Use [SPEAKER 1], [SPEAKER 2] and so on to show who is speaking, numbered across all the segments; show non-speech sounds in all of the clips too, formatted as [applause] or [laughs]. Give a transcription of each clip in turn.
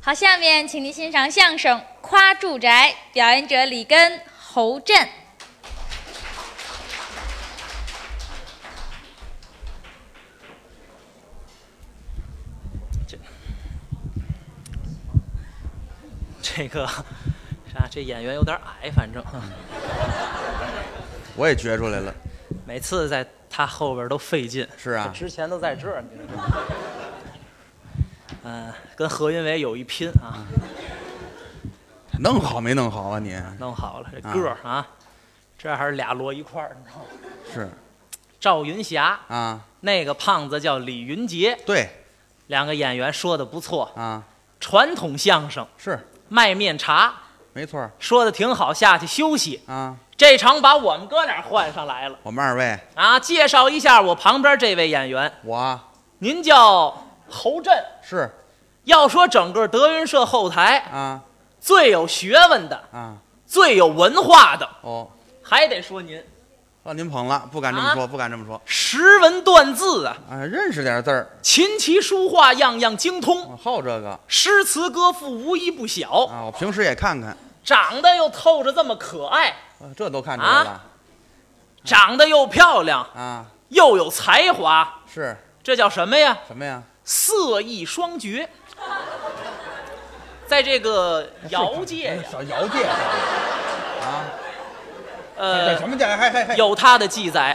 [SPEAKER 1] 好，下面请您欣赏相声《夸住宅》，表演者李根、侯震。
[SPEAKER 2] [laughs] 这个啥，这演员有点矮，反正啊
[SPEAKER 3] 我也觉出来了，
[SPEAKER 2] [laughs] 每次在他后边都费劲。
[SPEAKER 3] 是啊
[SPEAKER 2] 之前都在这儿，你知道吗？嗯、跟何云伟有一拼啊，
[SPEAKER 3] 弄好没弄好啊你？
[SPEAKER 2] 弄好了这个儿啊，这还是俩摞一块儿，你知道吗？
[SPEAKER 3] 是
[SPEAKER 2] 赵云霞
[SPEAKER 3] 啊，
[SPEAKER 2] 那个胖子叫李云杰，
[SPEAKER 3] 对
[SPEAKER 2] 两个演员说的不错，
[SPEAKER 3] 啊，
[SPEAKER 2] 传统相声
[SPEAKER 3] 是
[SPEAKER 2] 卖面茶
[SPEAKER 3] 没错儿
[SPEAKER 2] 说的挺好，下去休息。
[SPEAKER 3] 啊。
[SPEAKER 2] 这场把我们哥俩换上来了
[SPEAKER 3] 我们二位，
[SPEAKER 2] 啊！介绍一下我旁边这位演员，
[SPEAKER 3] 我啊
[SPEAKER 2] 您叫侯震。
[SPEAKER 3] 是
[SPEAKER 2] 要说整个德云社后台
[SPEAKER 3] 啊
[SPEAKER 2] 最有学问的、
[SPEAKER 3] 啊
[SPEAKER 2] 最有文化的，
[SPEAKER 3] 哦，
[SPEAKER 2] 还得说您
[SPEAKER 3] 让您捧了，不敢这么说，
[SPEAKER 2] 啊
[SPEAKER 3] 不敢这么说
[SPEAKER 2] 识文断字啊，
[SPEAKER 3] 啊，认识点字儿，
[SPEAKER 2] 琴棋书画样样精通，
[SPEAKER 3] 我好这个
[SPEAKER 2] 诗词歌赋无一不晓，
[SPEAKER 3] 啊，我平时也看看，
[SPEAKER 2] 长得又透着这么可爱，
[SPEAKER 3] 啊这都看出来了
[SPEAKER 2] 长得又漂亮，
[SPEAKER 3] 啊，
[SPEAKER 2] 又有才华，
[SPEAKER 3] 是
[SPEAKER 2] 这叫什么呀？
[SPEAKER 3] 什么呀？
[SPEAKER 2] 色艺双绝。 [laughs] 在这个
[SPEAKER 3] 哎
[SPEAKER 2] 姚界呀，
[SPEAKER 3] [laughs] 小姚界啊，这
[SPEAKER 2] 呃，
[SPEAKER 3] 什么界？还还还，
[SPEAKER 2] 有他的记载。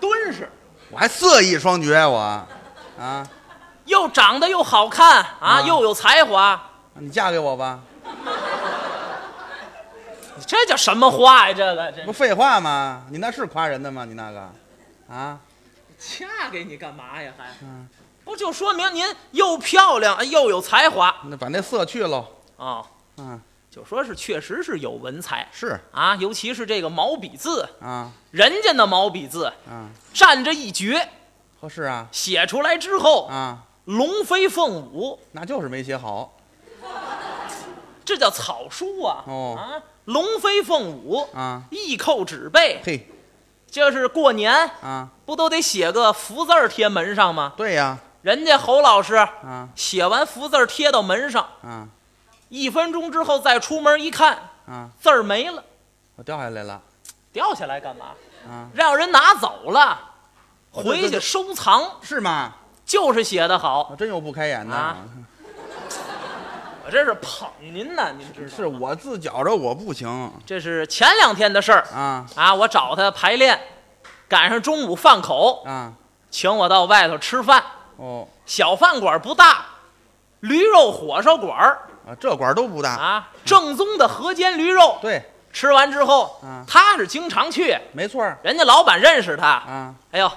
[SPEAKER 2] 敦实，
[SPEAKER 3] 我还色艺双绝我啊，
[SPEAKER 2] 又长得又好看啊，
[SPEAKER 3] 啊
[SPEAKER 2] 又有才华，
[SPEAKER 3] 你嫁给我吧，
[SPEAKER 2] 你这叫什么话呀？这个这
[SPEAKER 3] 不废话吗？你那是夸人的吗？你那个啊，
[SPEAKER 2] 嫁给你干嘛呀？还嗯不就说明您又漂亮哎又有才华啊、
[SPEAKER 3] 那把那色去喽，
[SPEAKER 2] 哦
[SPEAKER 3] 嗯，
[SPEAKER 2] 就说是确实是有文采
[SPEAKER 3] 是
[SPEAKER 2] 啊，尤其是这个毛笔字，
[SPEAKER 3] 啊
[SPEAKER 2] 人家那毛笔字
[SPEAKER 3] 啊，
[SPEAKER 2] 占着一绝，
[SPEAKER 3] 合适啊
[SPEAKER 2] 写出来之后
[SPEAKER 3] 啊。
[SPEAKER 2] 龙飞凤舞，
[SPEAKER 3] 那就是没写好
[SPEAKER 2] 这叫草书啊！
[SPEAKER 3] 哦
[SPEAKER 2] 啊，龙飞凤舞，
[SPEAKER 3] 啊！
[SPEAKER 2] 一扣纸背，
[SPEAKER 3] 嘿
[SPEAKER 2] 就是过年
[SPEAKER 3] 啊，
[SPEAKER 2] 不都得写个福字儿贴门上吗？
[SPEAKER 3] 对呀，
[SPEAKER 2] 人家侯老师
[SPEAKER 3] 啊
[SPEAKER 2] 写完福字儿贴到门上，
[SPEAKER 3] 啊
[SPEAKER 2] 一分钟之后再出门一看，
[SPEAKER 3] 啊！
[SPEAKER 2] 字儿没了，
[SPEAKER 3] 我掉下来了
[SPEAKER 2] 掉下来干嘛？
[SPEAKER 3] 啊！
[SPEAKER 2] 让人拿走了，回
[SPEAKER 3] 哦对
[SPEAKER 2] 去
[SPEAKER 3] 对
[SPEAKER 2] 收藏，
[SPEAKER 3] 是吗？
[SPEAKER 2] 就是写的好。
[SPEAKER 3] 我真有不开眼
[SPEAKER 2] 啊
[SPEAKER 3] 的，哦
[SPEAKER 2] 我这是捧您呢，您知道？
[SPEAKER 3] 是我自觉着我不行
[SPEAKER 2] 这是前两天的事儿
[SPEAKER 3] 啊
[SPEAKER 2] 啊，我找他排练，赶上中午饭口，
[SPEAKER 3] 啊！
[SPEAKER 2] 请我到外头吃饭。
[SPEAKER 3] 哦
[SPEAKER 2] 小饭馆不大，驴肉火烧馆儿
[SPEAKER 3] 啊，这馆儿都不大，
[SPEAKER 2] 啊，正宗的河间驴肉。
[SPEAKER 3] 对，
[SPEAKER 2] 吃完之后
[SPEAKER 3] 嗯，
[SPEAKER 2] 他是经常去，
[SPEAKER 3] 没错儿
[SPEAKER 2] 人家老板认识他。
[SPEAKER 3] 啊
[SPEAKER 2] 哎呦，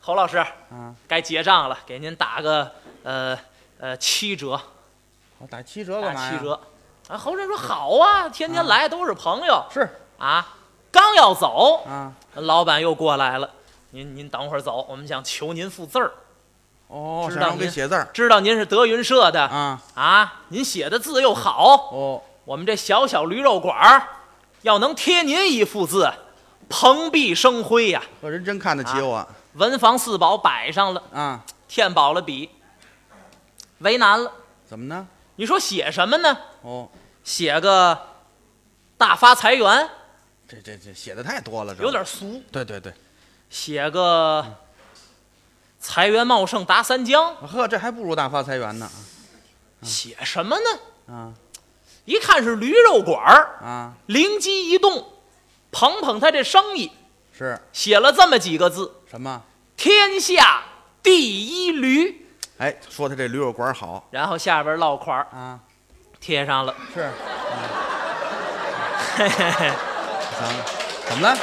[SPEAKER 2] 侯老师，
[SPEAKER 3] 啊！
[SPEAKER 2] 该结账了，给您打个呃呃七折，
[SPEAKER 3] 我打七折
[SPEAKER 2] 打
[SPEAKER 3] 干嘛呀？
[SPEAKER 2] 七折。啊，侯震说好啊，天天来都是朋友
[SPEAKER 3] 是
[SPEAKER 2] 啊。刚要走，
[SPEAKER 3] 啊
[SPEAKER 2] 老板又过来了，您您等会儿走，我们想求您复字儿，
[SPEAKER 3] 哦，
[SPEAKER 2] 知
[SPEAKER 3] 想
[SPEAKER 2] 道
[SPEAKER 3] 让我给
[SPEAKER 2] 您
[SPEAKER 3] 写字儿
[SPEAKER 2] 知道您是德云社的
[SPEAKER 3] 啊
[SPEAKER 2] 啊，您写的字又好，
[SPEAKER 3] 哦，
[SPEAKER 2] 我们这小小驴肉馆儿要能贴您一幅字，蓬荜生辉呀、
[SPEAKER 3] 我人真看得
[SPEAKER 2] 啊
[SPEAKER 3] 起我
[SPEAKER 2] 文房四宝摆上了，
[SPEAKER 3] 啊？
[SPEAKER 2] 填饱了笔，为难了。
[SPEAKER 3] 怎么呢？
[SPEAKER 2] 你说写什么呢？
[SPEAKER 3] 哦，
[SPEAKER 2] 写个大发财源，
[SPEAKER 3] 这这这写的太多了，这
[SPEAKER 2] 有点俗；
[SPEAKER 3] 对对对，
[SPEAKER 2] 写个财源茂盛达三江，
[SPEAKER 3] 呵，这还不如大发财源呢
[SPEAKER 2] 写什么呢？
[SPEAKER 3] 啊
[SPEAKER 2] 一看是驴肉馆儿，
[SPEAKER 3] 啊！
[SPEAKER 2] 灵机一动，捧捧他这生意，
[SPEAKER 3] 是
[SPEAKER 2] 写了这么几个字：
[SPEAKER 3] 什么？
[SPEAKER 2] 天下第一驴。
[SPEAKER 3] 哎，说他这驴肉馆好
[SPEAKER 2] 然后下边落款儿
[SPEAKER 3] 啊，
[SPEAKER 2] 贴上了， [laughs]
[SPEAKER 3] 是，怎么了？怎么了？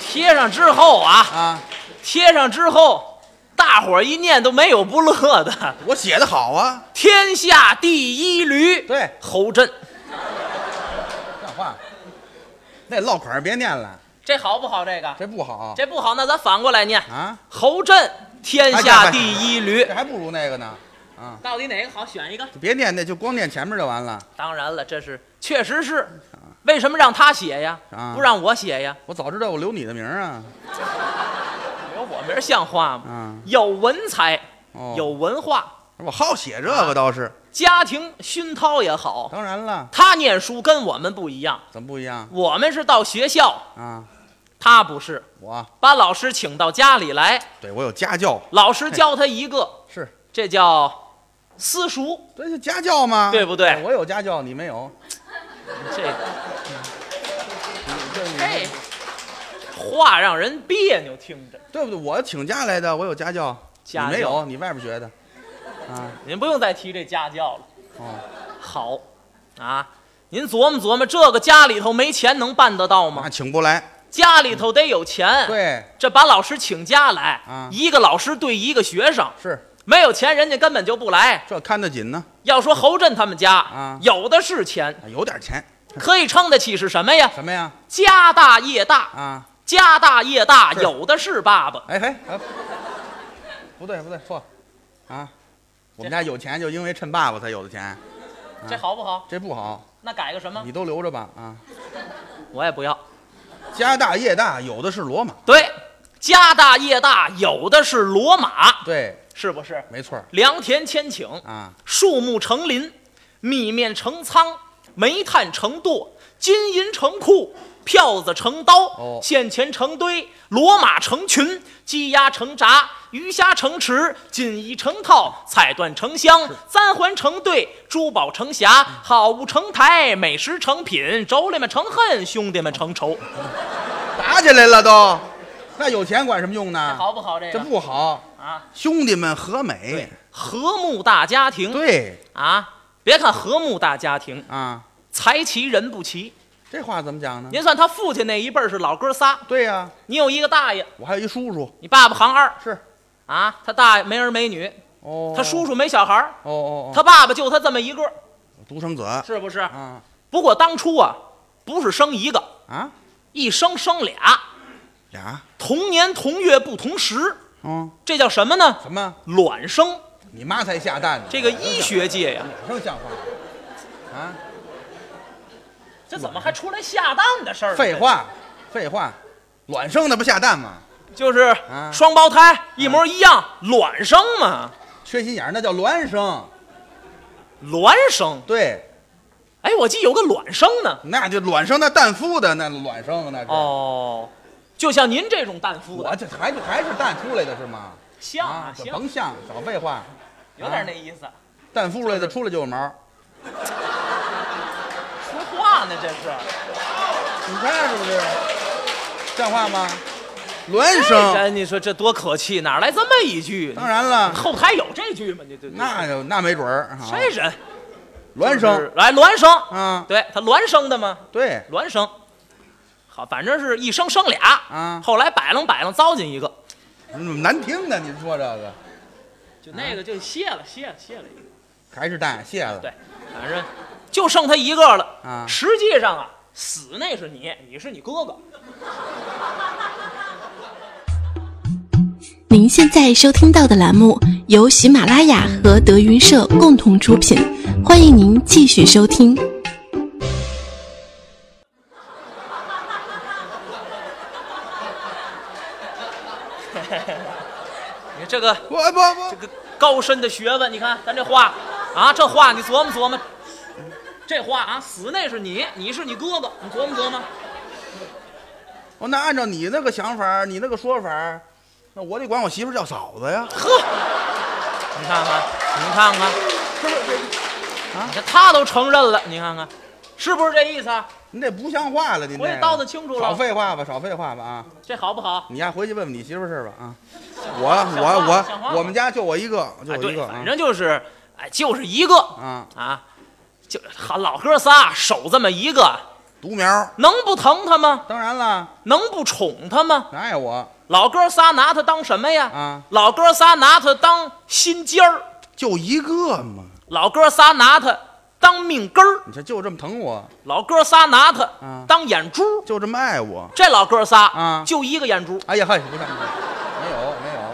[SPEAKER 2] 贴上之后啊，
[SPEAKER 3] 啊，
[SPEAKER 2] 贴上之后，大伙儿一念都没有不乐
[SPEAKER 3] [laughs]
[SPEAKER 2] 的。
[SPEAKER 3] 我写的好啊，
[SPEAKER 2] 天下第一驴，
[SPEAKER 3] 对
[SPEAKER 2] 侯震，
[SPEAKER 3] 像话。那落款儿别念了，
[SPEAKER 2] 这好不好？这个
[SPEAKER 3] 这不好
[SPEAKER 2] 这不好，那咱反过来念：
[SPEAKER 3] 啊，
[SPEAKER 2] 侯震，天下第一驴
[SPEAKER 3] 这。还不如那个呢。啊，
[SPEAKER 2] 到底哪个好？选一个。
[SPEAKER 3] 别念那，就光念前面就完了。
[SPEAKER 2] 当然了，这是确实是，为什么让他写呀？
[SPEAKER 3] 啊
[SPEAKER 2] 不让我写呀？
[SPEAKER 3] 我早知道我留你的名儿啊。
[SPEAKER 2] 你说我名儿像话吗？
[SPEAKER 3] 啊，
[SPEAKER 2] 有文采，啊
[SPEAKER 3] 哦，
[SPEAKER 2] 有文化，
[SPEAKER 3] 我好写这个倒是，
[SPEAKER 2] 家庭熏陶也好，
[SPEAKER 3] 当然了，
[SPEAKER 2] 他念书跟我们不一样，
[SPEAKER 3] 怎么不一样
[SPEAKER 2] 我们是到学校，
[SPEAKER 3] 啊？
[SPEAKER 2] 他不是，
[SPEAKER 3] 我
[SPEAKER 2] 把老师请到家里来，
[SPEAKER 3] 对我有家教，
[SPEAKER 2] 老师教他一个，
[SPEAKER 3] 是，
[SPEAKER 2] 这叫私塾，
[SPEAKER 3] 这是家教吗？
[SPEAKER 2] 对不对
[SPEAKER 3] [laughs] 哎我有家教，你没有。
[SPEAKER 2] 这
[SPEAKER 3] 这
[SPEAKER 2] 这
[SPEAKER 3] 你
[SPEAKER 2] 话让人别扭，听着。
[SPEAKER 3] 对不对？我请假来的，我有家教，
[SPEAKER 2] 家教
[SPEAKER 3] 你没有，你外边学的，啊，
[SPEAKER 2] 您不用再提这家教了，
[SPEAKER 3] 哦，
[SPEAKER 2] 好，啊，您琢磨琢磨，这个家里头没钱能办得到吗
[SPEAKER 3] 妈？请不来， [laughs]
[SPEAKER 2] 家里头得有钱，，
[SPEAKER 3] 啊嗯对，
[SPEAKER 2] 这把老师请家来，
[SPEAKER 3] 啊
[SPEAKER 2] 一个老师对一个学生，
[SPEAKER 3] 是
[SPEAKER 2] 没有钱人家根本就不来。
[SPEAKER 3] 这看得紧呢，
[SPEAKER 2] 要说侯震他们家，
[SPEAKER 3] 啊
[SPEAKER 2] 有的是钱，
[SPEAKER 3] 啊有点钱，
[SPEAKER 2] 可以撑得起是什么呀？
[SPEAKER 3] 什么呀？
[SPEAKER 2] 家大业大，
[SPEAKER 3] 啊，
[SPEAKER 2] 家大业大，
[SPEAKER 3] 是
[SPEAKER 2] 有的是爸爸。
[SPEAKER 3] 哎嘿，哎不对不对，错了，啊，我们家有钱就因为趁爸爸才有的钱，
[SPEAKER 2] 这好不好？
[SPEAKER 3] 这不好，
[SPEAKER 2] 那改个什么？
[SPEAKER 3] 你都留着吧，啊，
[SPEAKER 2] 我也不要。
[SPEAKER 3] 家大业大，有的是罗马，
[SPEAKER 2] 对，家大业大，有的是骡马，
[SPEAKER 3] 对，
[SPEAKER 2] 是不是？
[SPEAKER 3] 没错儿，
[SPEAKER 2] 良田千顷，
[SPEAKER 3] 啊，
[SPEAKER 2] 树木成林，米面成仓，煤炭成垛，金银成库，票子成刀，
[SPEAKER 3] 哦
[SPEAKER 2] 现钱成堆，骡马成群，鸡鸭成闸，鱼虾成池，锦衣成套，彩缎成箱，簪环成对，珠宝成匣，好物成台，美食成品，妯娌们成恨，兄弟们成仇，
[SPEAKER 3] 打起来了都，那有钱管什么用呢？
[SPEAKER 2] 不 [laughs] 好？啊这
[SPEAKER 3] 这不好，
[SPEAKER 2] 啊，
[SPEAKER 3] 兄弟们和美，
[SPEAKER 2] 和睦大家庭。
[SPEAKER 3] 对
[SPEAKER 2] 啊，别看和睦大家庭，
[SPEAKER 3] 啊，
[SPEAKER 2] 财齐人不齐。
[SPEAKER 3] 这话怎么讲呢？
[SPEAKER 2] 啊您算他父亲那一辈儿是老哥仨，
[SPEAKER 3] 对呀、
[SPEAKER 2] 你有一个大爷，
[SPEAKER 3] 我还有一叔叔，
[SPEAKER 2] 你爸爸行二
[SPEAKER 3] 是
[SPEAKER 2] 啊，他大爷没儿没女，
[SPEAKER 3] 哦，
[SPEAKER 2] 他叔叔没小孩儿，
[SPEAKER 3] 哦哦哦，
[SPEAKER 2] 他爸爸就他这么一个，
[SPEAKER 3] 独生子
[SPEAKER 2] 是不是？
[SPEAKER 3] 啊
[SPEAKER 2] 不过当初啊，不是生一个，
[SPEAKER 3] 啊
[SPEAKER 2] 一生生俩，
[SPEAKER 3] 俩，
[SPEAKER 2] 同年同月不同时，
[SPEAKER 3] 嗯，
[SPEAKER 2] 这叫什么呢？
[SPEAKER 3] 什么？
[SPEAKER 2] 卵生。
[SPEAKER 3] 你妈才下蛋呢？
[SPEAKER 2] 这个医学界呀、
[SPEAKER 3] 哪像话啊？
[SPEAKER 2] 这怎么还出来下蛋的事儿呢
[SPEAKER 3] 废，话，废话，卵生的不下蛋吗？
[SPEAKER 2] 就是
[SPEAKER 3] 啊
[SPEAKER 2] 双胞胎一模一样，卵生嘛，
[SPEAKER 3] 缺心眼儿那叫卵生，
[SPEAKER 2] 卵生。
[SPEAKER 3] 对，
[SPEAKER 2] 哎，我记有个卵生呢。
[SPEAKER 3] 那就卵生那蛋孵的那卵生那是。
[SPEAKER 2] 哦，就像您这种蛋孵
[SPEAKER 3] 我
[SPEAKER 2] 的，
[SPEAKER 3] 这还是还是蛋出来的是吗？
[SPEAKER 2] 像
[SPEAKER 3] 啊，这
[SPEAKER 2] 像，
[SPEAKER 3] 甭像，少废话，
[SPEAKER 2] 有点那意思。
[SPEAKER 3] 蛋孵出来的出来就有毛儿。
[SPEAKER 2] 说话呢，这是。
[SPEAKER 3] 你看是不是？像话吗？孪
[SPEAKER 2] 哎
[SPEAKER 3] 生，
[SPEAKER 2] 你说这多可气，哪来这么一句？
[SPEAKER 3] 当然了，
[SPEAKER 2] 后台有这句吗？你这
[SPEAKER 3] 那就那没准儿。啊
[SPEAKER 2] 这人
[SPEAKER 3] 孪生，
[SPEAKER 2] 来孪生，
[SPEAKER 3] 啊，
[SPEAKER 2] 对他孪生的吗？
[SPEAKER 3] 对
[SPEAKER 2] 孪生，好，反正是一生生俩，
[SPEAKER 3] 啊，
[SPEAKER 2] 后来摆弄摆弄糟践一个，
[SPEAKER 3] 你怎么难听呢？你说这个
[SPEAKER 2] 就那
[SPEAKER 3] 啊
[SPEAKER 2] 个就卸了，卸了，卸了一个。
[SPEAKER 3] 还是蛋谢了
[SPEAKER 2] 对，反正就剩他一个了。
[SPEAKER 3] 啊？
[SPEAKER 2] 实际上啊，死那是你，你是你哥哥。
[SPEAKER 4] 您现在收听到的栏目由喜马拉雅和德云社共同出品，欢迎您继续收听。
[SPEAKER 2] 你这个
[SPEAKER 3] 不不
[SPEAKER 2] 这
[SPEAKER 3] 不，
[SPEAKER 2] 个高深的学问，你看咱这话啊，这话你琢磨琢磨，这话啊，死那是你，你是你哥哥，你琢磨琢磨，
[SPEAKER 3] 我那按照你那个想法儿，你那个说法儿，那我得管我媳妇儿叫嫂子呀，
[SPEAKER 2] 呵，你看看，你看看，
[SPEAKER 3] 是不是？
[SPEAKER 2] 你看啊他都承认了，你看看，是不是这意思啊？
[SPEAKER 3] 你这不像话了，你
[SPEAKER 2] 我也
[SPEAKER 3] 这
[SPEAKER 2] 道得清楚
[SPEAKER 3] 少
[SPEAKER 2] 了，
[SPEAKER 3] 废话吧，少废话吧啊！
[SPEAKER 2] 这好不好？
[SPEAKER 3] 你呀，回去问问你媳妇儿事儿吧啊！
[SPEAKER 2] 像话吗像
[SPEAKER 3] 我
[SPEAKER 2] 话
[SPEAKER 3] 我
[SPEAKER 2] 吗
[SPEAKER 3] 我们家就我一个，就
[SPEAKER 2] 哎，
[SPEAKER 3] 我
[SPEAKER 2] 对
[SPEAKER 3] 一，个啊
[SPEAKER 2] 反正就是，哎，就是一个
[SPEAKER 3] 啊，
[SPEAKER 2] 啊，就好老哥仨手这么一个，
[SPEAKER 3] 独苗儿。
[SPEAKER 2] 能不疼他吗？
[SPEAKER 3] 当然了，
[SPEAKER 2] 能不宠他吗？
[SPEAKER 3] 哪有我
[SPEAKER 2] 老哥仨拿他当什么呀？
[SPEAKER 3] 啊？
[SPEAKER 2] 老哥仨拿他当心尖儿。
[SPEAKER 3] 就一个嘛，
[SPEAKER 2] 老哥仨拿他当命根儿，
[SPEAKER 3] 你这就这么疼我，
[SPEAKER 2] 老哥仨拿他
[SPEAKER 3] 嗯
[SPEAKER 2] 当眼珠。
[SPEAKER 3] 就这么爱我。
[SPEAKER 2] 这老哥仨
[SPEAKER 3] 啊
[SPEAKER 2] 就一个眼珠，
[SPEAKER 3] 哎呀嘿，不像话，没有没有，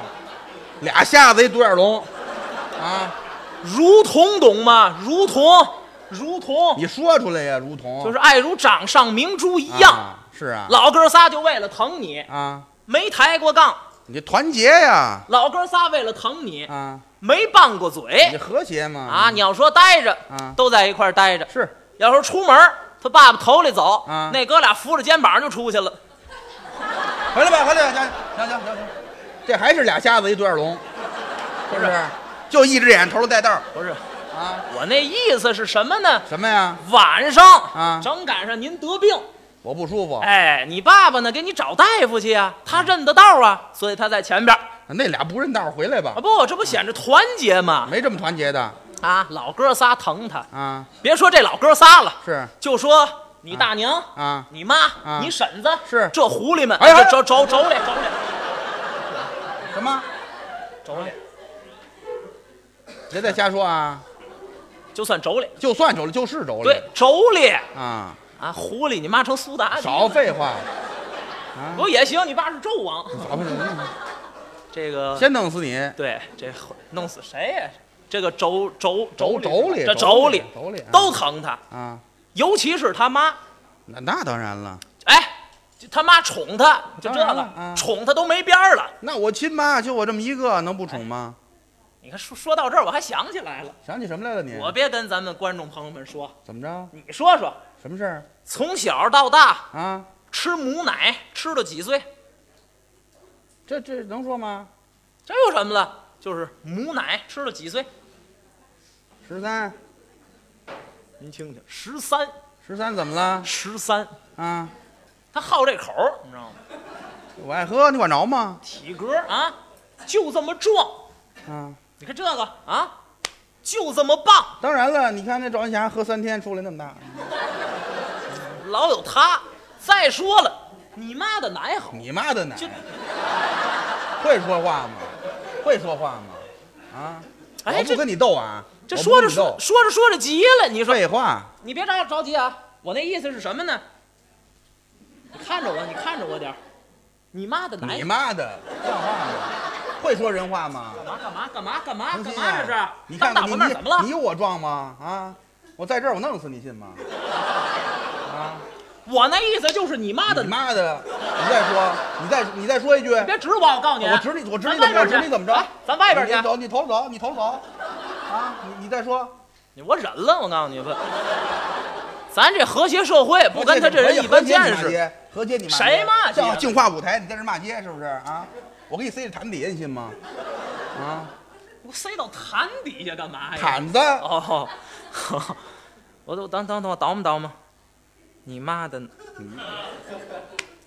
[SPEAKER 3] 俩瞎子一独眼龙，啊，
[SPEAKER 2] 如同懂吗？如同，如同，
[SPEAKER 3] 你说出来呀，如同
[SPEAKER 2] 就是爱如掌上明珠一
[SPEAKER 3] 啊
[SPEAKER 2] 样。
[SPEAKER 3] 是啊，
[SPEAKER 2] 老哥仨就为了疼你，
[SPEAKER 3] 啊，
[SPEAKER 2] 没抬过杠，
[SPEAKER 3] 你团结呀，
[SPEAKER 2] 老哥仨为了疼你，
[SPEAKER 3] 啊，
[SPEAKER 2] 没拌过
[SPEAKER 3] 你嗯
[SPEAKER 2] 嘴
[SPEAKER 3] 和谐嘛，
[SPEAKER 2] 啊！你要说待着
[SPEAKER 3] 啊，
[SPEAKER 2] 都在一块儿待着；
[SPEAKER 3] 是
[SPEAKER 2] 要说出门儿，他爸爸头里走
[SPEAKER 3] 啊，
[SPEAKER 2] 那哥俩扶着肩膀就出去了。
[SPEAKER 3] 回来吧，回来吧，行行行行行，这还是俩瞎子一对耳聋，是不是？就一只眼头儿带道儿
[SPEAKER 2] 不是，
[SPEAKER 3] 啊？
[SPEAKER 2] 我那意思是什么呢？
[SPEAKER 3] 什么呀？
[SPEAKER 2] 晚上
[SPEAKER 3] 啊哦
[SPEAKER 2] 正赶上您得病，
[SPEAKER 3] 我不舒服。
[SPEAKER 2] 哎，你爸爸呢给你找大夫去啊，他认得道啊，所以他在前边儿
[SPEAKER 3] 那俩不认道儿回来吧
[SPEAKER 2] 啊，，不，这不显着团结吗？
[SPEAKER 3] 没这么团结的
[SPEAKER 2] 啊，老哥仨疼他，
[SPEAKER 3] 啊？
[SPEAKER 2] 别说这老哥仨了，
[SPEAKER 3] 是
[SPEAKER 2] 就说你大娘、
[SPEAKER 3] 啊？
[SPEAKER 2] 你妈、
[SPEAKER 3] 啊
[SPEAKER 2] 你婶子
[SPEAKER 3] 是
[SPEAKER 2] 这狐狸们，
[SPEAKER 3] 哎哎
[SPEAKER 2] 这轴轴轴脸轴脸
[SPEAKER 3] 什么？
[SPEAKER 2] 轴脸，
[SPEAKER 3] 别再瞎说啊！
[SPEAKER 2] 就算轴脸，
[SPEAKER 3] 就算轴了，就是轴了。
[SPEAKER 2] 对啊轴脸
[SPEAKER 3] 啊，
[SPEAKER 2] 啊，狐狸你妈成苏妲己，
[SPEAKER 3] 少废话，
[SPEAKER 2] 不也行？你爸是纣王，
[SPEAKER 3] 少废话，
[SPEAKER 2] 这个
[SPEAKER 3] 先弄死你！
[SPEAKER 2] 对这弄死谁呀、这个轴轴
[SPEAKER 3] 轴
[SPEAKER 2] 轴
[SPEAKER 3] 里，
[SPEAKER 2] 这
[SPEAKER 3] 轴
[SPEAKER 2] 轴里
[SPEAKER 3] 轴里
[SPEAKER 2] 都疼他，
[SPEAKER 3] 啊！
[SPEAKER 2] 尤其是他妈，
[SPEAKER 3] 那那当然了，
[SPEAKER 2] 哎，就他妈宠他就这
[SPEAKER 3] 当然了
[SPEAKER 2] 个
[SPEAKER 3] 啊，
[SPEAKER 2] 宠他都没边儿了。
[SPEAKER 3] 那我亲妈就我这么一个，能不宠吗？
[SPEAKER 2] 你看说说到这儿，我还想起来了，
[SPEAKER 3] 想起什么来了你？
[SPEAKER 2] 我别跟咱们观众朋友们说，
[SPEAKER 3] 怎么着？
[SPEAKER 2] 你说说，
[SPEAKER 3] 什么事儿
[SPEAKER 2] 从小到大
[SPEAKER 3] 啊？
[SPEAKER 2] 吃母奶吃到几岁？
[SPEAKER 3] 这这能说吗？
[SPEAKER 2] 这有什么了？就是母奶吃到几岁？
[SPEAKER 3] 十三，
[SPEAKER 2] 您听听，十三，
[SPEAKER 3] 十三怎么了？
[SPEAKER 2] 十三，
[SPEAKER 3] 啊，
[SPEAKER 2] 他好这口儿，你知道吗？
[SPEAKER 3] 我爱喝，你管着吗？
[SPEAKER 2] 体格啊，就这么壮，
[SPEAKER 3] 啊，
[SPEAKER 2] 你看这个啊，就这么棒，
[SPEAKER 3] 当然了，你看那赵文霞喝三天出来那么大，
[SPEAKER 2] 老有他。再说了，你妈的奶好，
[SPEAKER 3] 你妈的奶
[SPEAKER 2] 就
[SPEAKER 3] 会说话吗？会说话吗？啊，
[SPEAKER 2] 哎
[SPEAKER 3] 我
[SPEAKER 2] 这
[SPEAKER 3] 不跟你斗啊，
[SPEAKER 2] 这
[SPEAKER 3] 我不
[SPEAKER 2] 说着
[SPEAKER 3] 跟你
[SPEAKER 2] 说
[SPEAKER 3] 斗
[SPEAKER 2] 说着说着急了，你说
[SPEAKER 3] 废话，
[SPEAKER 2] 你别着着急啊，我那意思是什么呢？你看着我，你看着我点儿。你妈的奶！
[SPEAKER 3] 你妈的像话吗？会说人话吗？
[SPEAKER 2] 干嘛干嘛干嘛干嘛
[SPEAKER 3] 成
[SPEAKER 2] 干
[SPEAKER 3] 心
[SPEAKER 2] 嘛
[SPEAKER 3] 啊
[SPEAKER 2] 这是？
[SPEAKER 3] 你看
[SPEAKER 2] 当
[SPEAKER 3] 看
[SPEAKER 2] 大
[SPEAKER 3] 你
[SPEAKER 2] 伙面怎么
[SPEAKER 3] 你
[SPEAKER 2] 了？
[SPEAKER 3] 有我壮吗？啊，我在这儿我弄死你信吗？啊，
[SPEAKER 2] 我那意思就是你妈的
[SPEAKER 3] 你
[SPEAKER 2] 奶！
[SPEAKER 3] 妈的，你再说，你再你再说一句，
[SPEAKER 2] 你别指我，我告诉你，
[SPEAKER 3] 我指你，我指你
[SPEAKER 2] 咱
[SPEAKER 3] 怎
[SPEAKER 2] 外边
[SPEAKER 3] 么着？我
[SPEAKER 2] 去
[SPEAKER 3] 指你怎么着
[SPEAKER 2] 来？咱外边
[SPEAKER 3] 你
[SPEAKER 2] 去。啊
[SPEAKER 3] 走，你头走，你头走，啊，你你再说，
[SPEAKER 2] 我忍了，我告诉你吧，咱这和谐社会不跟他这人一般见
[SPEAKER 3] 和
[SPEAKER 2] 识。
[SPEAKER 3] 解和解你骂街，和解你
[SPEAKER 2] 谁骂啊街
[SPEAKER 3] 像净化舞台，你在这骂街是不是啊？我给你塞在毯底下，你信吗？
[SPEAKER 2] 哎
[SPEAKER 3] 啊，
[SPEAKER 2] 我塞到坛底下干嘛呀？
[SPEAKER 3] 毯子，
[SPEAKER 2] 哦，我都等等等我倒磨倒磨，你妈的！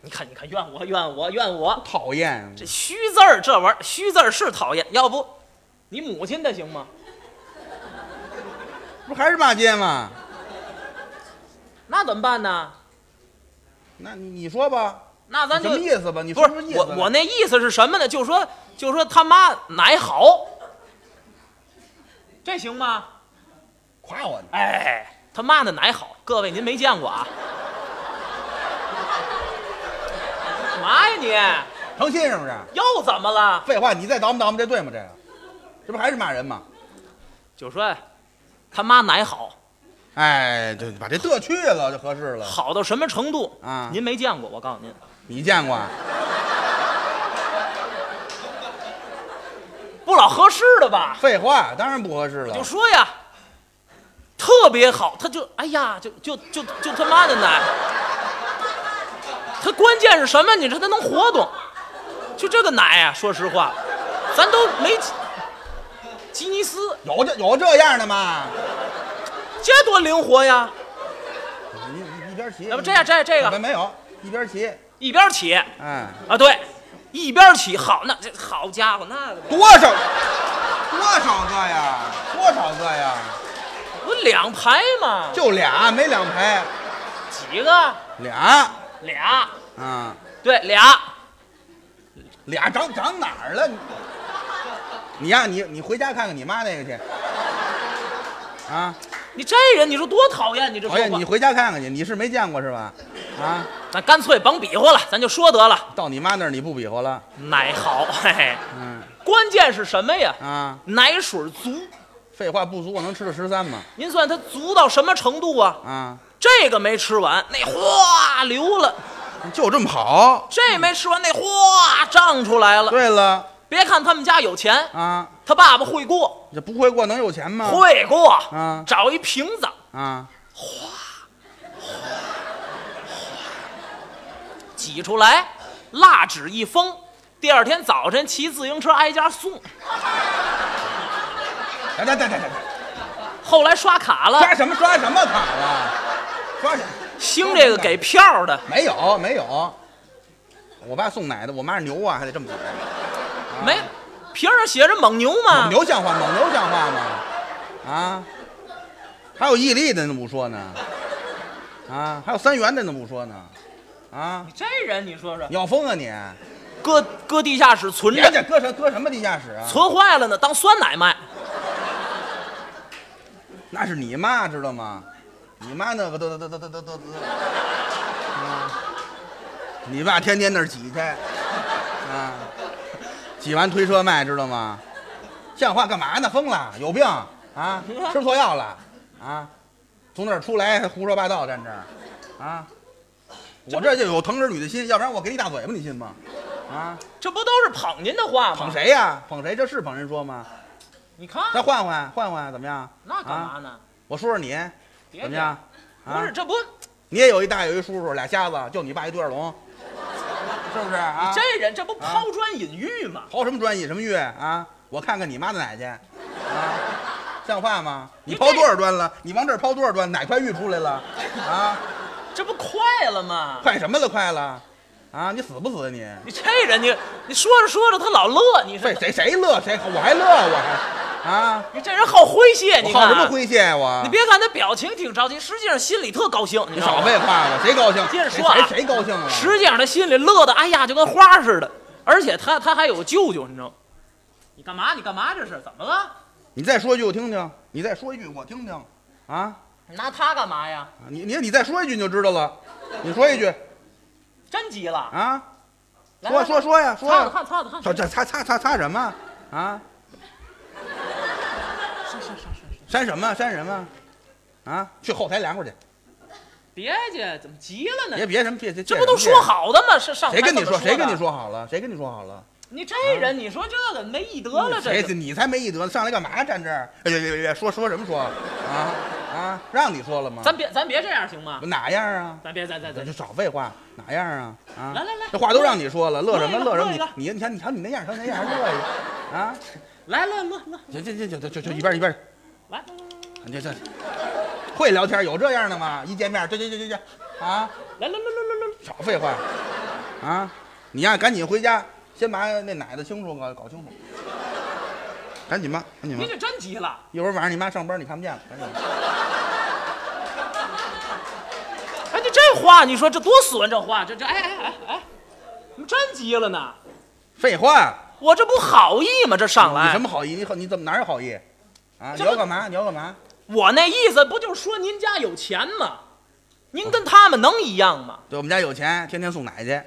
[SPEAKER 2] 你看你看，怨我怨我怨我！
[SPEAKER 3] 讨厌，
[SPEAKER 2] 这虚字儿这玩意儿，虚字儿是讨厌。要不你母亲的行吗？
[SPEAKER 3] 不还是骂街吗？
[SPEAKER 2] 那怎么办呢？
[SPEAKER 3] 那你你说吧，
[SPEAKER 2] 那咱
[SPEAKER 3] 什
[SPEAKER 2] 就
[SPEAKER 3] 么意思吧？你
[SPEAKER 2] 不
[SPEAKER 3] 说
[SPEAKER 2] 是
[SPEAKER 3] 说意思
[SPEAKER 2] 我
[SPEAKER 3] 来
[SPEAKER 2] 我那意思是什么呢？就说就说他妈奶好，这行吗？
[SPEAKER 3] 夸我呢？
[SPEAKER 2] 哎，他妈的奶好，各位您没见过啊？干嘛呀你？
[SPEAKER 3] 成心是不是？
[SPEAKER 2] 又怎么了？
[SPEAKER 3] 废话，你再倒磨倒磨，这对吗？这个，这不还是骂人吗？
[SPEAKER 2] 就说他妈奶好，
[SPEAKER 3] 哎，对，把这的去了就合适了。
[SPEAKER 2] 好到什么程度
[SPEAKER 3] 啊
[SPEAKER 2] 您没见过，我告诉您，
[SPEAKER 3] 你见过啊？
[SPEAKER 2] 不老合适的吧？
[SPEAKER 3] 废话，当然不合适了。
[SPEAKER 2] 就说呀，特别好，他就哎呀，就就就就他妈的奶。他关键是什么？你说他能活动，就这个奶呀、说实话，咱都没吉吉尼斯，
[SPEAKER 3] 有这有这样的吗？
[SPEAKER 2] 这多灵活呀！啊
[SPEAKER 3] 你你一边骑，
[SPEAKER 2] 要不这样这样这个
[SPEAKER 3] 没没有，一边骑，
[SPEAKER 2] 一边起啊，
[SPEAKER 3] 哎，
[SPEAKER 2] 对，一边起，好那这好家伙，那个
[SPEAKER 3] 多少多少个呀？多少个呀？
[SPEAKER 2] 不两排吗？
[SPEAKER 3] 就俩，没两排，
[SPEAKER 2] 几个？
[SPEAKER 3] 俩，
[SPEAKER 2] 俩，
[SPEAKER 3] 啊，
[SPEAKER 2] 对俩，
[SPEAKER 3] 俩长长哪儿了？你你呀、你你回家看看你妈那个去，啊，
[SPEAKER 2] 你这人你说多讨厌，你这说
[SPEAKER 3] 讨
[SPEAKER 2] 话，
[SPEAKER 3] 厌你回家看看去，你是没见过是吧？啊，
[SPEAKER 2] 咱干脆甭比划了，咱就说得了。
[SPEAKER 3] 到你妈那儿你不比划了，
[SPEAKER 2] 奶好，嘿嘿，
[SPEAKER 3] 嗯
[SPEAKER 2] 关键是什么呀？
[SPEAKER 3] 啊，
[SPEAKER 2] 奶水足，
[SPEAKER 3] 废话不足，我能吃到十三吗？
[SPEAKER 2] 您算它足到什么程度啊？
[SPEAKER 3] 啊，
[SPEAKER 2] 这个没吃完，那哗流了，
[SPEAKER 3] 就这么好。
[SPEAKER 2] 这没吃完那哗胀出来了。
[SPEAKER 3] 对了
[SPEAKER 2] 别看他们家有钱，
[SPEAKER 3] 啊，
[SPEAKER 2] 他爸爸会过，
[SPEAKER 3] 这不会过能有钱吗？
[SPEAKER 2] 会过。
[SPEAKER 3] 嗯
[SPEAKER 2] 找一瓶子，
[SPEAKER 3] 啊，
[SPEAKER 2] 挤出来，蜡纸一封，第二天早晨骑自行车挨家送。
[SPEAKER 3] 等等等等等，
[SPEAKER 2] 后来刷卡了，
[SPEAKER 3] 刷什么刷什么卡呀？刷什么？
[SPEAKER 2] 兴这个给票的，
[SPEAKER 3] 没有没有，我爸送奶的，我妈是牛啊，还得这么说。
[SPEAKER 2] 没，瓶上写着蒙牛嘛
[SPEAKER 3] 啊蒙。牛像话吗？蒙牛像话吗？啊，还有伊利的怎么不说呢？啊，还有三元的怎么不说呢？啊，
[SPEAKER 2] 这人你说说，
[SPEAKER 3] 你要疯啊你！
[SPEAKER 2] 搁搁地下室存
[SPEAKER 3] 你
[SPEAKER 2] 着，
[SPEAKER 3] 这搁什搁什么地下室啊？
[SPEAKER 2] 存坏了呢，当酸奶卖。
[SPEAKER 3] 那是你妈知道吗？你妈那个都都都都都都都，啊你爸天天那儿挤去，啊，挤完推车卖知道吗？像话干嘛呢？疯了，有病啊？吃错药了啊？从那儿出来胡说八道站这儿，啊？我这就有疼儿女的心，要不然我给你一大嘴巴，你信吗？啊，
[SPEAKER 2] 这不都是捧您的话
[SPEAKER 3] 捧
[SPEAKER 2] 吗？
[SPEAKER 3] 谁呀、捧谁？这是捧人说吗？
[SPEAKER 2] 你看
[SPEAKER 3] 再换换换换，怎么样？
[SPEAKER 2] 那干嘛
[SPEAKER 3] 啊？
[SPEAKER 2] 呢？
[SPEAKER 3] 我说说你，
[SPEAKER 2] 别
[SPEAKER 3] 怎么样？？啊
[SPEAKER 2] 不是，这不
[SPEAKER 3] 你也有一大有一叔叔，俩瞎子，就你爸一对耳聋，是不是啊？
[SPEAKER 2] 这人这不抛砖引玉吗？
[SPEAKER 3] 刨什么砖引什么玉啊？我看看你妈的奶去，啊，像话吗？你
[SPEAKER 2] 你
[SPEAKER 3] 刨
[SPEAKER 2] 这
[SPEAKER 3] 多少砖了？你往这儿刨多少砖？哪块玉出来了？啊，
[SPEAKER 2] 这不快了吗？
[SPEAKER 3] 快什么了？快了，啊，你死不死啊你？
[SPEAKER 2] 你这人，你你说着说着他老乐，你
[SPEAKER 3] 谁
[SPEAKER 2] 说
[SPEAKER 3] 谁谁乐谁？我还乐我还，啊，
[SPEAKER 2] 你这人好诙谐，
[SPEAKER 3] 我
[SPEAKER 2] 哎你
[SPEAKER 3] 好
[SPEAKER 2] 看啊
[SPEAKER 3] 什么诙谐呀我？
[SPEAKER 2] 你别看他表情挺着急，实际上心里特高兴，你
[SPEAKER 3] 你
[SPEAKER 2] 知道
[SPEAKER 3] 少
[SPEAKER 2] 吗？
[SPEAKER 3] 废话了，谁高兴？
[SPEAKER 2] 接着
[SPEAKER 3] 谁
[SPEAKER 2] 说啊
[SPEAKER 3] 谁谁高兴啊？
[SPEAKER 2] 实际上他心里乐的，哎呀，就跟花似的。而且他他还有舅舅，你知道吗？你干嘛？你干嘛？这是怎么了？
[SPEAKER 3] 你再说一句我听听，你再说一句我听听，啊，
[SPEAKER 2] 拿他干嘛呀？
[SPEAKER 3] 你你你再说一句你就知道了，你说一句
[SPEAKER 2] 真急了！
[SPEAKER 3] 啊。
[SPEAKER 2] 来
[SPEAKER 3] 说，说说呀，说
[SPEAKER 2] 擦了
[SPEAKER 3] 呀，
[SPEAKER 2] 看，擦了看，
[SPEAKER 3] 这这擦擦擦擦什么啊？删什么删什么啊？去后台凉快去，
[SPEAKER 2] 别介，怎么急了
[SPEAKER 3] 别
[SPEAKER 2] 呢？
[SPEAKER 3] 别什么别别，
[SPEAKER 2] 这不都说好的吗？是上
[SPEAKER 3] 别？谁跟你
[SPEAKER 2] 说？
[SPEAKER 3] 谁跟你？说好了？谁跟你说好了？
[SPEAKER 2] 你这人，你说这个没艺德了，这
[SPEAKER 3] 谁
[SPEAKER 2] 是
[SPEAKER 3] 你才没艺德呢，上来干嘛站这儿？哎别别别别，说说什么说啊啊？让你说了吗？
[SPEAKER 2] 咱别咱别这样行吗？
[SPEAKER 3] 哪样啊？
[SPEAKER 2] 咱别咱咱
[SPEAKER 3] 咱
[SPEAKER 2] 咱
[SPEAKER 3] 就少废话，哪样啊？啊！
[SPEAKER 2] 来来来
[SPEAKER 3] 这话都让你说了，乐什么
[SPEAKER 2] 乐
[SPEAKER 3] 乐
[SPEAKER 2] 一个
[SPEAKER 3] 什么？
[SPEAKER 2] 乐一个
[SPEAKER 3] 你你你瞧你瞧你那样，瞧你那样还乐一个啊！
[SPEAKER 2] 来来乐乐
[SPEAKER 3] 行行行行，就就就一边一边。
[SPEAKER 2] 来，
[SPEAKER 3] 你这这会聊天有这样的吗？一见面，这这这这这啊，
[SPEAKER 2] 来来来来来来，
[SPEAKER 3] 少废话啊！你呀、赶紧回家，先把那奶子清楚搞搞清楚，赶紧吧，赶紧吧
[SPEAKER 2] 你，这真急了！
[SPEAKER 3] 一会儿晚上你妈上班你看不见了，赶紧吧。
[SPEAKER 2] 哎，你这话你说这多损，这话这这哎哎哎哎，怎么真急了呢？
[SPEAKER 3] 废话，
[SPEAKER 2] 我这不好意吗？这上
[SPEAKER 3] 你
[SPEAKER 2] 来
[SPEAKER 3] 什么好意？你好，你怎么哪有好意？啊，你
[SPEAKER 2] 这不
[SPEAKER 3] 要干嘛？你要干嘛？
[SPEAKER 2] 我那意思不就是说您家有钱吗？您跟他们能一样吗？
[SPEAKER 3] 对我们家有钱，天天送奶去，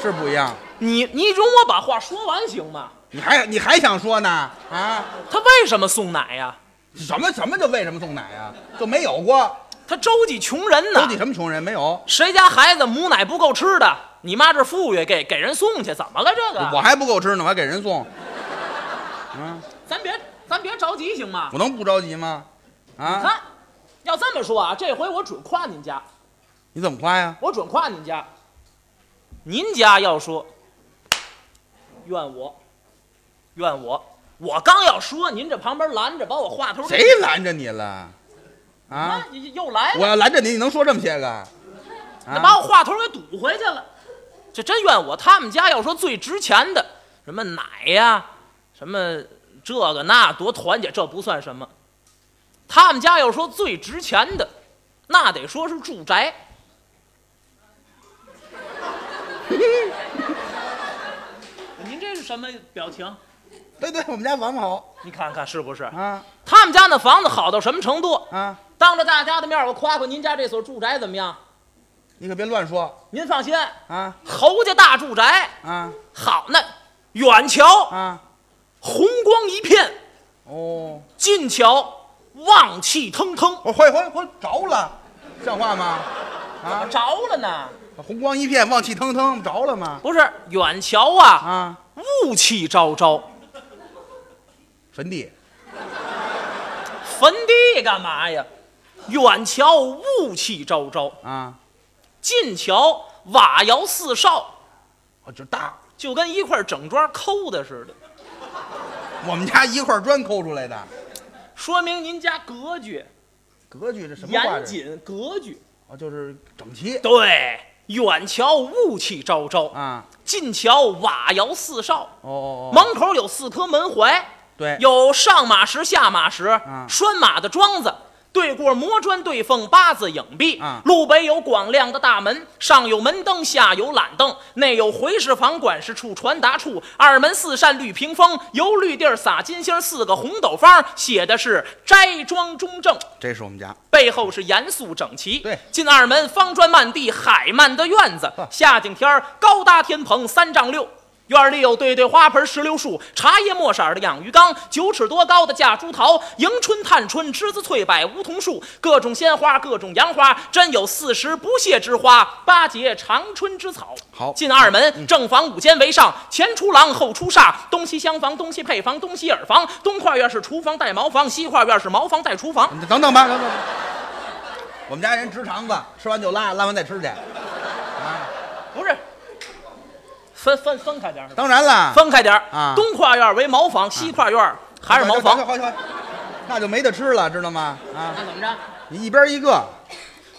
[SPEAKER 3] 是不一样。
[SPEAKER 2] 你你容我把话说完行吗？
[SPEAKER 3] 你还你还想说呢？啊，
[SPEAKER 2] 他为什么送奶呀？
[SPEAKER 3] 什么什么就为什么送奶啊？就没有过，
[SPEAKER 2] 他周济穷人呢
[SPEAKER 3] 有。你什么穷人没有？
[SPEAKER 2] 谁家孩子母奶不够吃的，你妈这富裕给给人送去，怎么了这个？
[SPEAKER 3] 我还不够吃呢，我还给人送。
[SPEAKER 2] 咱别咱别着急行吗？
[SPEAKER 3] 我能不着急吗？
[SPEAKER 2] 你
[SPEAKER 3] 啊，
[SPEAKER 2] 看，要这么说啊，这回我准夸您家，
[SPEAKER 3] 你怎么夸呀？
[SPEAKER 2] 我准夸您家。您家要说，怨我，怨我，我刚要说，您这旁边拦着，把我话头给
[SPEAKER 3] 谁拦着你了？啊
[SPEAKER 2] 啊，？你又来了，
[SPEAKER 3] 我要拦着你，你能说这么些个？
[SPEAKER 2] 那把
[SPEAKER 3] 啊，
[SPEAKER 2] 我话头给堵回去了。这真怨我，他们家要说最值钱的，什么奶呀、什么这个那多团结，这不算什么。他们家要说最值钱的，那得说是住宅。 [laughs] 您这是什么表情？
[SPEAKER 3] 对对，我们家房好
[SPEAKER 2] 你看看是不是？
[SPEAKER 3] 啊
[SPEAKER 2] 他们家那房子好到什么程度？
[SPEAKER 3] 啊！
[SPEAKER 2] 当着大家的面儿，我夸夸您家这所住宅怎么样？
[SPEAKER 3] 你可别乱说
[SPEAKER 2] 您放心，
[SPEAKER 3] 啊
[SPEAKER 2] 侯家大住宅，
[SPEAKER 3] 啊
[SPEAKER 2] 好呢，远瞧
[SPEAKER 3] 啊！
[SPEAKER 2] 红光一片，
[SPEAKER 3] 哦，
[SPEAKER 2] 近瞧望气腾腾，
[SPEAKER 3] 我回回回着了，像话吗？
[SPEAKER 2] 怎么
[SPEAKER 3] 啊，
[SPEAKER 2] 着了呢？
[SPEAKER 3] 红光一片，望气腾腾，着了吗？
[SPEAKER 2] 不是远瞧啊，
[SPEAKER 3] 啊，
[SPEAKER 2] 雾气昭昭，
[SPEAKER 3] 坟地，
[SPEAKER 2] 坟地干嘛呀？远瞧雾气昭昭，
[SPEAKER 3] 啊，
[SPEAKER 2] 近瞧瓦窑四少，
[SPEAKER 3] 哦，就大，
[SPEAKER 2] 就跟一块整砖抠的似的，
[SPEAKER 3] 我们家一块砖抠出来的，
[SPEAKER 2] 说明您家格局
[SPEAKER 3] 格局这什么画
[SPEAKER 2] 严
[SPEAKER 3] 这？
[SPEAKER 2] 谨，格局
[SPEAKER 3] 哦，就是整齐
[SPEAKER 2] 对。远瞧雾气昭昭，
[SPEAKER 3] 啊，
[SPEAKER 2] 近瞧瓦窑四少，
[SPEAKER 3] 哦哦哦，
[SPEAKER 2] 门口有四颗门槐，
[SPEAKER 3] 对，
[SPEAKER 2] 有上马石、下马石
[SPEAKER 3] 嗯，
[SPEAKER 2] 拴马的桩子。对过磨砖对缝八字影壁
[SPEAKER 3] 嗯，
[SPEAKER 2] 路北有广亮的大门，上有门灯，下有懒凳，内有回事房、管事处、传达处。二门四扇绿屏风，由绿地儿撒金星，四个红斗方，写的是斋庄中正。
[SPEAKER 3] 这是我们家，
[SPEAKER 2] 背后是严肃整齐。
[SPEAKER 3] 对
[SPEAKER 2] 进二门方砖漫地，海漫的院子
[SPEAKER 3] 呵，
[SPEAKER 2] 夏景天儿高搭天棚三丈六。院里有对对花盆石榴树，茶叶墨色儿的养鱼缸，九尺多高的架猪桃，迎春、探春、栀子、翠柏、梧桐树，各种鲜花，各种洋花，真有四时不谢之花，八节长春之草。
[SPEAKER 3] 好嗯
[SPEAKER 2] 进二门，正房五间为上，前出廊，后出煞，东西厢房，东西配房，东西耳房，东跨院是厨房带茅房，西跨院是茅房带厨房。
[SPEAKER 3] 嗯你等等吧，等等吧。我们家人直肠子，吃完就拉，拉完再吃去。
[SPEAKER 2] 不是，分分分开点儿，
[SPEAKER 3] 当然啦，
[SPEAKER 2] 分开点儿
[SPEAKER 3] 啊
[SPEAKER 2] 东跨院为茅房，西跨院还是茅
[SPEAKER 3] 好
[SPEAKER 2] 房。
[SPEAKER 3] 好好好那就没得吃了，知道吗？啊，
[SPEAKER 2] 那怎么着？
[SPEAKER 3] 你一边一个，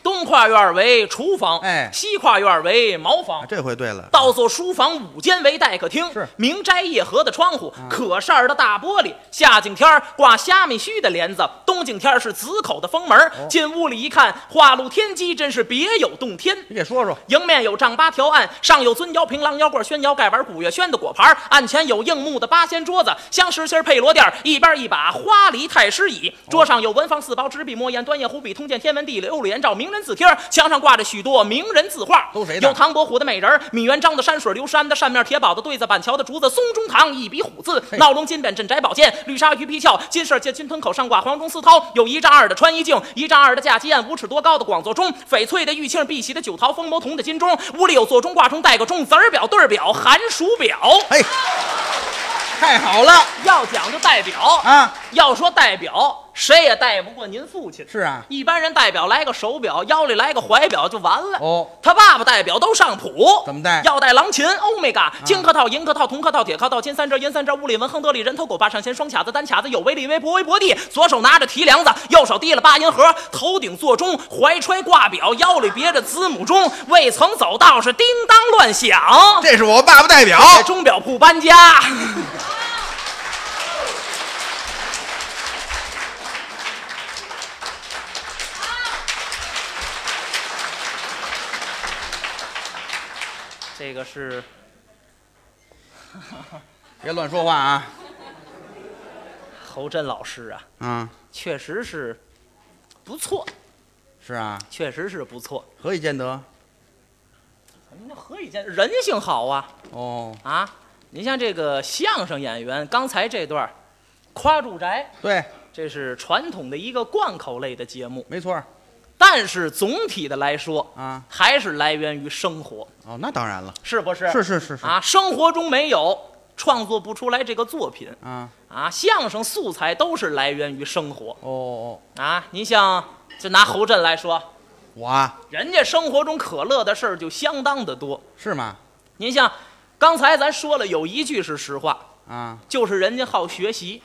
[SPEAKER 2] 东跨院为厨房，
[SPEAKER 3] 哎
[SPEAKER 2] 西跨院为茅房
[SPEAKER 3] 啊。这回对了。
[SPEAKER 2] 倒座书房五间为待客厅，
[SPEAKER 3] 是啊
[SPEAKER 2] 明斋夜合的窗户，可扇儿的大玻璃，夏景天儿挂虾米须的帘子，冬景天儿是紫口的封门儿。
[SPEAKER 3] 哦
[SPEAKER 2] 进屋里一看，画露天机真是别有洞天。
[SPEAKER 3] 你给说说，
[SPEAKER 2] 迎面有丈八条案，上有尊窑、平郎腰、罐宣窑、盖碗、古月轩的果盘儿，案前有硬木的八仙桌子，镶石心儿配罗垫儿，一边一把花梨太师椅，桌上有文房四宝、纸笔墨砚、端砚湖笔、通鉴天文地理、六里颜照、名人字帖儿，墙上挂着许多名人字画，
[SPEAKER 3] 都谁的
[SPEAKER 2] 有唐伯虎的美人儿，米元璋的山水，刘山的扇面，铁宝的对子，板桥的竹子，松中堂一笔虎字，闹龙金匾镇宅宝剑，绿纱鱼皮鞘，金色剑君吞口上挂黄钟丝绦，有一丈二的穿衣镜，一丈二的架鸡案，五尺多高的广座钟，翡翠的玉磬，碧玺的九桃，风魔铜的金钟，屋里有座钟、挂钟、带个钟、子儿表、对儿表、寒暑表，
[SPEAKER 3] 哎，太好了
[SPEAKER 2] 要讲究代表。
[SPEAKER 3] 啊！
[SPEAKER 2] 要说代表，谁也带不过您父亲。
[SPEAKER 3] 是啊，
[SPEAKER 2] 一般人代表来个手表，腰里来个怀表就完了。
[SPEAKER 3] 哦，
[SPEAKER 2] 他爸爸代表都上谱，
[SPEAKER 3] 怎么带啊
[SPEAKER 2] 要带郎琴、欧米伽、金克套、银克套、铜克套、铁克套、金三折、银三折、物理文、亨德利、人头狗、八上弦、双卡子、单卡子、有威力、微博、微博地，左手拿着提梁子，右手提了八音盒，头顶座钟，怀揣挂表，腰里别着子母钟，未曾走道是叮当乱响。
[SPEAKER 3] 这是我爸爸代表。
[SPEAKER 2] 在钟表铺搬家， [laughs] 这个是
[SPEAKER 3] 别乱说话啊！
[SPEAKER 2] 侯震老师啊，
[SPEAKER 3] 啊，
[SPEAKER 2] 确实是不错，
[SPEAKER 3] 是啊，
[SPEAKER 2] 确实是不错。
[SPEAKER 3] 何以见得？
[SPEAKER 2] 咱们这何以见人性好啊
[SPEAKER 3] 哦，
[SPEAKER 2] 啊！您像这个相声演员，刚才这段儿夸住宅，
[SPEAKER 3] 对，
[SPEAKER 2] 这是传统的一个贯口类的节目，
[SPEAKER 3] 没错儿
[SPEAKER 2] 但是总体的来说，
[SPEAKER 3] 啊。
[SPEAKER 2] 还是来源于生活，
[SPEAKER 3] 哦，那当然了，
[SPEAKER 2] 是不是？
[SPEAKER 3] 是是是是
[SPEAKER 2] 啊，生活中没有，创作不出来这个作品
[SPEAKER 3] 啊。
[SPEAKER 2] 啊。相声素材都是来源于生活
[SPEAKER 3] 哦哦，
[SPEAKER 2] 啊。您像，就拿侯震来说，
[SPEAKER 3] 我啊，
[SPEAKER 2] 人家生活中可乐的事儿就相当的多。
[SPEAKER 3] 是吗？
[SPEAKER 2] 您像，刚才咱说了有一句是实话，
[SPEAKER 3] 啊
[SPEAKER 2] 就是人家好学习，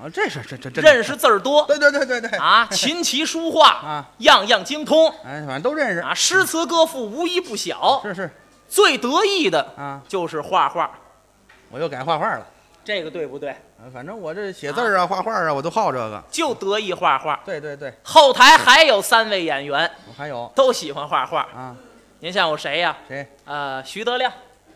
[SPEAKER 3] 啊，这是这这这
[SPEAKER 2] 认识字儿多
[SPEAKER 3] 对对对对对 [laughs]
[SPEAKER 2] 啊，琴棋书画
[SPEAKER 3] 啊
[SPEAKER 2] 样样精通
[SPEAKER 3] 哎，反正都认识。
[SPEAKER 2] 啊，诗词歌赋无一不晓。
[SPEAKER 3] 是是
[SPEAKER 2] 最得意的
[SPEAKER 3] 啊，
[SPEAKER 2] 就是画画。
[SPEAKER 3] 我又改画画了。
[SPEAKER 2] 这个对不对？
[SPEAKER 3] 啊反正我这写字儿啊、画画啊，我都好这个。
[SPEAKER 2] 就得意画画。
[SPEAKER 3] 对对对，
[SPEAKER 2] 后台还有三位演员
[SPEAKER 3] 我还有
[SPEAKER 2] 都喜欢画画，
[SPEAKER 3] 啊，
[SPEAKER 2] 您像有谁呀、
[SPEAKER 3] 谁
[SPEAKER 2] 呃，徐德亮、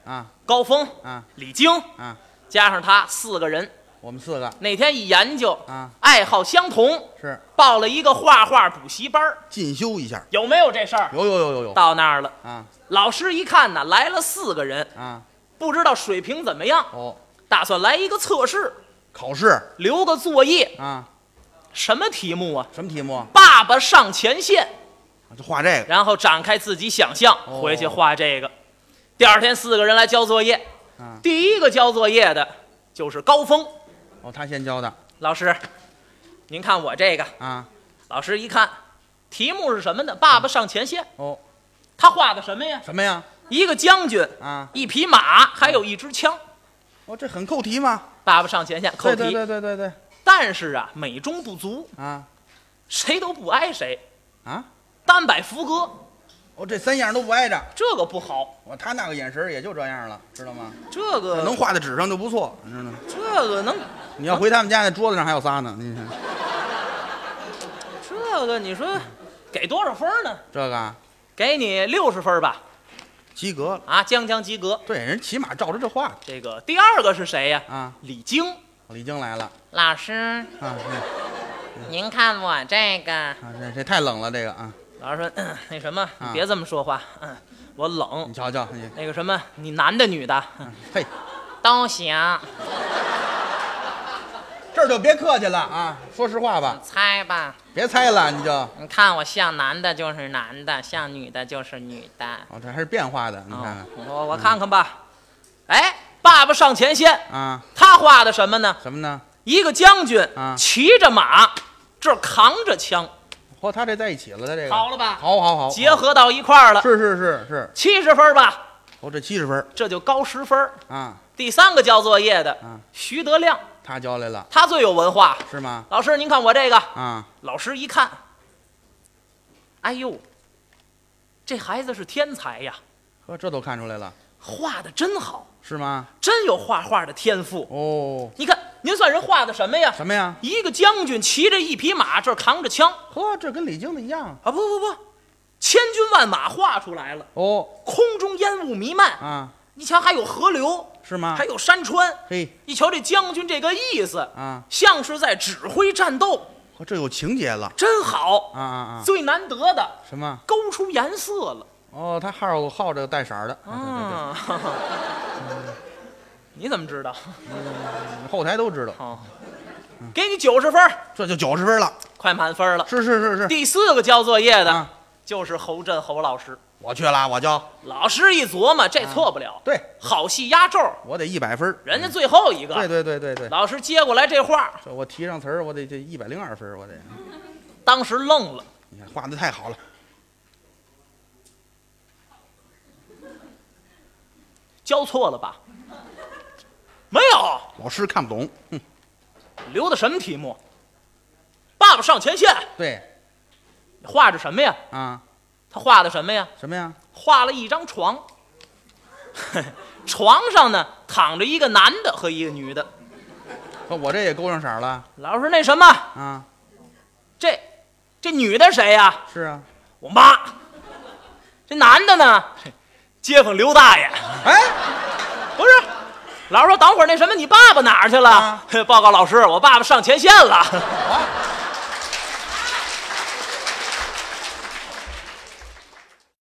[SPEAKER 3] 啊
[SPEAKER 2] 高峰、
[SPEAKER 3] 啊
[SPEAKER 2] 李菁，
[SPEAKER 3] 啊？
[SPEAKER 2] 加上他四个人，
[SPEAKER 3] 我们四个
[SPEAKER 2] 哪天一研究，
[SPEAKER 3] 啊，
[SPEAKER 2] 爱好相同，
[SPEAKER 3] 是
[SPEAKER 2] 报了一个画画补习班儿，
[SPEAKER 3] 进修一下。
[SPEAKER 2] 有没有这事儿？
[SPEAKER 3] 有有有有有
[SPEAKER 2] 到那儿了，
[SPEAKER 3] 啊
[SPEAKER 2] 老师一看呢，来了四个人，
[SPEAKER 3] 啊
[SPEAKER 2] 不知道水平怎么样，
[SPEAKER 3] 哦，
[SPEAKER 2] 打算来一个测试，
[SPEAKER 3] 考试
[SPEAKER 2] 留个作业，
[SPEAKER 3] 啊，
[SPEAKER 2] 什么题目啊？
[SPEAKER 3] 什么题目？
[SPEAKER 2] 爸爸上前线，
[SPEAKER 3] 就画这个。
[SPEAKER 2] 然后展开自己想象，
[SPEAKER 3] 哦
[SPEAKER 2] 回去画这个。第二天四个人来交作业，
[SPEAKER 3] 嗯
[SPEAKER 2] 第一个交作业的就是高峰
[SPEAKER 3] 哦，他先教的
[SPEAKER 2] 老师。您看我这个，
[SPEAKER 3] 啊。
[SPEAKER 2] 老师一看，题目是什么呢？爸爸上前线，
[SPEAKER 3] 哦，
[SPEAKER 2] 他画的什么呀？
[SPEAKER 3] 什么呀？
[SPEAKER 2] 一个将军，
[SPEAKER 3] 啊，
[SPEAKER 2] 一匹马，还有一支枪。
[SPEAKER 3] 哦，这很扣题嘛。
[SPEAKER 2] 爸爸上前线扣题，
[SPEAKER 3] 对对对对对对。
[SPEAKER 2] 但是啊，美中不足，
[SPEAKER 3] 啊
[SPEAKER 2] 谁都不挨谁，
[SPEAKER 3] 啊，
[SPEAKER 2] 单摆福哥，
[SPEAKER 3] 哦，这三样都不挨着。
[SPEAKER 2] 这个不好，
[SPEAKER 3] 我他那个眼神儿也就这样了，知道吗？
[SPEAKER 2] 这个
[SPEAKER 3] 呃能画在纸上就不错，你知道吗？
[SPEAKER 2] 这个能，
[SPEAKER 3] 你要回他们家那桌子上还有仨呢，你
[SPEAKER 2] 这个你说给多少分呢？
[SPEAKER 3] 这个啊
[SPEAKER 2] 给你六十分吧，
[SPEAKER 3] 及格了。
[SPEAKER 2] 啊，将将及格。
[SPEAKER 3] 对，人起码照着这画
[SPEAKER 2] 这个第二个是谁呀、
[SPEAKER 3] 啊。
[SPEAKER 2] 李菁
[SPEAKER 3] 李菁来了
[SPEAKER 2] 老师，
[SPEAKER 3] 啊，这
[SPEAKER 2] 您看我这个。
[SPEAKER 3] 啊这这太冷了，这个啊，
[SPEAKER 2] 老师说，嗯那什么，你
[SPEAKER 3] 啊
[SPEAKER 2] 别这么说话，嗯，我冷
[SPEAKER 3] 你。瞧瞧你，
[SPEAKER 2] 那个什么，你男的女的嗯
[SPEAKER 3] 啊嘿，
[SPEAKER 2] 都行，
[SPEAKER 3] 这儿就别客气了啊，说实话吧，
[SPEAKER 2] 猜吧。
[SPEAKER 3] 别猜了，你就哦
[SPEAKER 2] 你看我像男的就是男的，像女的就是女的。
[SPEAKER 3] 哦，这还是变化的，你看
[SPEAKER 2] 啊
[SPEAKER 3] 看，
[SPEAKER 2] 我我看看吧。哎，爸爸上前线，
[SPEAKER 3] 啊，
[SPEAKER 2] 他画的什么呢？
[SPEAKER 3] 什么呢？
[SPEAKER 2] 一个将军
[SPEAKER 3] 啊
[SPEAKER 2] 骑着马，这儿扛着枪，
[SPEAKER 3] 和他这在一起了，他这个
[SPEAKER 2] 好了吧
[SPEAKER 3] 好好好，
[SPEAKER 2] 哦结合到一块儿了，
[SPEAKER 3] 是是是是，
[SPEAKER 2] 七十分吧，
[SPEAKER 3] 哦，这七十分儿
[SPEAKER 2] 这就高十分。
[SPEAKER 3] 啊，
[SPEAKER 2] 第三个交作业的
[SPEAKER 3] 啊
[SPEAKER 2] 徐德亮，
[SPEAKER 3] 他教来了
[SPEAKER 2] 他最有文化。
[SPEAKER 3] 是吗？
[SPEAKER 2] 老师，您看我这个。
[SPEAKER 3] 啊，
[SPEAKER 2] 老师一看，哎呦，这孩子是天才呀，
[SPEAKER 3] 呵，这都看出来了
[SPEAKER 2] 画的真好，
[SPEAKER 3] 是吗？
[SPEAKER 2] 真有画画的天赋。
[SPEAKER 3] 哦，
[SPEAKER 2] 你看，您算人画的什么呀？
[SPEAKER 3] 什么呀？
[SPEAKER 2] 一个将军骑着一匹马，这儿扛着枪
[SPEAKER 3] 呵，这跟李菁的一样
[SPEAKER 2] 啊！不不不，千军万马画出来了，
[SPEAKER 3] 哦
[SPEAKER 2] 空中烟雾弥漫，
[SPEAKER 3] 啊，
[SPEAKER 2] 你瞧还有河流，
[SPEAKER 3] 是吗
[SPEAKER 2] 还？有山川，
[SPEAKER 3] 嘿
[SPEAKER 2] 你瞧这将军这个意思，
[SPEAKER 3] 啊，
[SPEAKER 2] 像是在指挥战斗，
[SPEAKER 3] 呵，这有情节了
[SPEAKER 2] 真好。
[SPEAKER 3] 啊啊啊！
[SPEAKER 2] 最难得的，
[SPEAKER 3] 什么？
[SPEAKER 2] 勾出颜色了
[SPEAKER 3] 哦，他好好这个带色儿的，对对
[SPEAKER 2] 啊！ [laughs] 你怎么知道？
[SPEAKER 3] 对后台都知道，
[SPEAKER 2] 哦，给你九十分儿，
[SPEAKER 3] 这就九十分了。
[SPEAKER 2] 快满分了。
[SPEAKER 3] 是是是是，
[SPEAKER 2] 第四个交作业的
[SPEAKER 3] 啊，
[SPEAKER 2] 就是侯震侯老师。
[SPEAKER 3] 我去了，我教。
[SPEAKER 2] 老师一琢磨，这错不了，
[SPEAKER 3] 对，
[SPEAKER 2] 好戏压轴，
[SPEAKER 3] 我得一百分儿。
[SPEAKER 2] 人家最后一个。
[SPEAKER 3] 对对对对嗯对，
[SPEAKER 2] 老师接过来这画，
[SPEAKER 3] 这我提上词儿，我得这一百零二分儿，我得。
[SPEAKER 2] 当时愣了。
[SPEAKER 3] 你看画的太好了，
[SPEAKER 2] 交错了吧？没有，
[SPEAKER 3] 老师看不懂。哼，
[SPEAKER 2] 留的什么题目？爸爸上前线，
[SPEAKER 3] 对
[SPEAKER 2] 画着什么呀？
[SPEAKER 3] 啊，
[SPEAKER 2] 他画的什么呀？
[SPEAKER 3] 什么呀？
[SPEAKER 2] 画了一张床， [laughs] 床上呢躺着一个男的和一个女的。
[SPEAKER 3] 呵我这也勾上色儿了
[SPEAKER 2] 老师，那什么，
[SPEAKER 3] 啊。
[SPEAKER 2] 这这女的谁呀、
[SPEAKER 3] 是啊，
[SPEAKER 2] 我妈。这男的呢？街坊刘大爷。
[SPEAKER 3] 哎，
[SPEAKER 2] 不是， [laughs] 老师说等会儿那什么，你爸爸哪儿去了？
[SPEAKER 3] 啊
[SPEAKER 2] 报告老师，我爸爸上前线了。